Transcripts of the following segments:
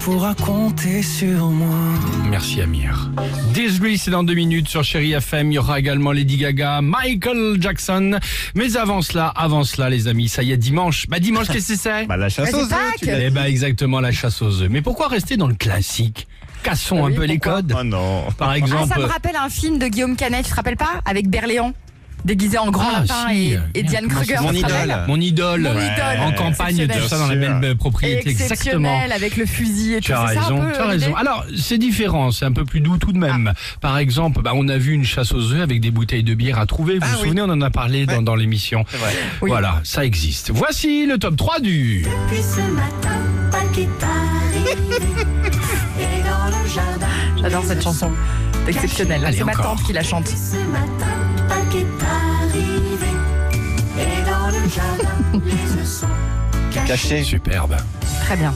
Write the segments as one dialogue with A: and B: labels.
A: pourras compter sur moi.
B: Merci Amir. Disney, c'est dans deux minutes sur Chéri FM. Il y aura également Lady Gaga, Michael Jackson. Mais avant cela, avant cela, les amis, ça y est, dimanche. Bah dimanche, qu'est-ce que c'est
C: Bah la chasse
D: Bah,
C: aux
D: c'est
C: œufs,
D: Pâques.
C: tu l'as
B: Eh
C: dit.
B: bah exactement la chasse aux œufs. Mais pourquoi rester dans le classique Cassons un peu les codes.
C: Oh non.
B: Par
D: Ah,
B: exemple.
D: ça me rappelle un film de Guillaume Canet, tu te rappelles pas Avec Berléand, déguisé en grand
B: Ah,
D: lapin
B: si.
D: et, et
B: Merde,
D: Diane
B: comment
D: Kruger.
B: ça
C: Mon
D: tu te rappelles
C: idole.
B: Mon idole.
D: Mon
C: Ouais.
D: idole.
B: En campagne,
D: Exceptionnel.
B: tout ça dans la
C: Sûr.
B: même euh, propriété. Exactement.
D: Exceptionnel avec le fusil et
B: Tu
D: tout.
B: as
D: c'est ça un
B: raison,
D: peu,
B: tu as
D: euh,
B: raison.
D: l'idée
B: Alors, c'est différent, c'est un peu plus doux tout de même.
D: Ah.
B: Par exemple, bah, on a vu une chasse aux œufs avec des bouteilles de bière à trouver. Vous
C: Ah
B: vous
C: oui.
B: souvenez, on en a parlé dans, dans l'émission.
C: vrai.
D: Oui.
B: Voilà, ça existe. Voici le top 3 du...
E: Puis ce matin, Pâques est arrivé. Et dans le jardin,
D: J'adore cette chanson. Exceptionnelle.
B: Allez,
D: C'est ma
B: encore.
D: tante qui la chante.
E: puis ce matin, Pâques est arrivé. Et dans le jardin, les œufs sont cachés.
C: Caché.
B: Superbe.
D: Très bien.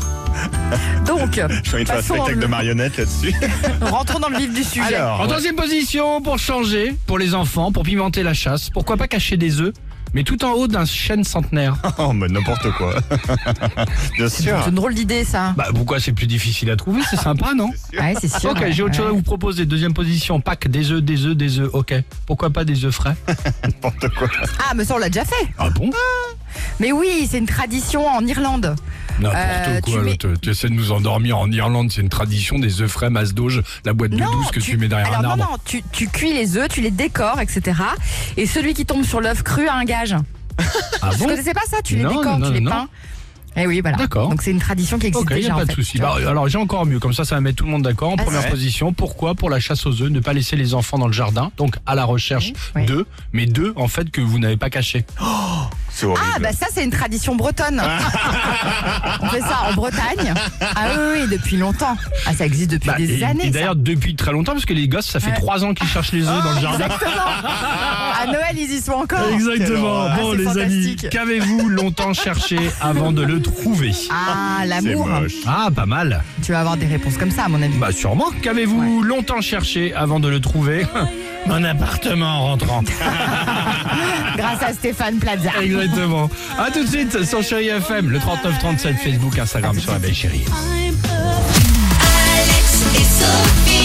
D: Donc,
C: Je suis de faire un
D: passons
C: spectacle
D: en-
C: de marionnettes là-dessus.
D: rentrons dans le vif du sujet.
C: Alors,
B: En troisième position, pour changer, pour les enfants, pour pimenter la chasse, pourquoi pas cacher des œufs, mais tout en haut d'un chêne centenaire
C: oh, mais n'importe quoi. Bien sûr.
D: C'est une drôle d'idée, ça.
B: Bah pourquoi c'est plus difficile à trouver, c'est sympa, non
D: Ouais, c'est sûr.
B: Ok, j'ai autre chose à vous proposer. Deuxième position, pack des œufs, des œufs, des œufs. Ok, pourquoi pas des œufs frais
C: N'importe quoi.
D: Ah, mais ça, on l'a déjà fait.
B: Ah bon
D: Mais oui, c'est une tradition en Irlande.
B: N'importe
D: Euh,
B: quoi,
D: tu mets-
B: là, tu, tu essaies de nous endormir en Irlande, c'est une tradition des œufs frais, masse d'auge, la boîte de douce que tu, mets derrière
D: alors
B: un arbre.
D: non, non, tu, tu cuis les œufs, tu les décores, etc. Et celui qui tombe sur l'œuf cru a un gage.
B: Ah
D: Tu
B: bon
D: connaissais pas ça Tu les
B: Non,
D: décores,
B: non,
D: tu les
B: non.
D: peins. Et oui, voilà.
B: D'accord.
D: Donc c'est une tradition qui existe
B: Ok, y
D: déjà.
B: a pas de
D: en fait, Ah,
B: souci.
D: tu vois.
B: Bah, alors j'ai encore mieux, comme ça ça va mettre tout le monde d'accord. En
D: Vas-y.
B: première
C: Ouais.
B: position, pourquoi pour la chasse aux œufs, ne pas laisser les enfants dans le jardin, donc à la recherche
D: Oui, oui.
B: d'œufs, mais d'œufs en fait que vous n'avez pas cachés.
C: C'est horrible.
D: Ah bah ça c'est une tradition bretonne. On fait ça en Bretagne. Ah oui, oui, depuis longtemps. Ah ça existe depuis
B: Bah,
D: des
B: et,
D: années.
B: et
D: ça.
B: d'ailleurs depuis très longtemps, parce que les gosses, ça fait
D: Ouais. Ah,
B: trois ans qu'ils cherchent les œufs dans le jardin.
D: Exactement. À Noël ils y sont encore.
B: Exactement.
C: Ah,
B: Bon
D: c'est
B: les amis,
D: fantastique.
B: qu'avez-vous longtemps cherché avant de le trouver
D: Ah
C: C'est
D: l'amour.
C: moche.
B: Ah, pas mal.
D: Tu vas avoir des réponses comme ça à mon avis.
B: Bah sûrement. Qu'avez-vous longtemps cherché avant de le trouver Un appartement en rentrant.
D: Grâce à Stéphane Plaza.
B: Exactement. À tout de suite sur Chéri FM, le 3937 Facebook, Instagram sur la belle chérie.
E: Alex et Sophie.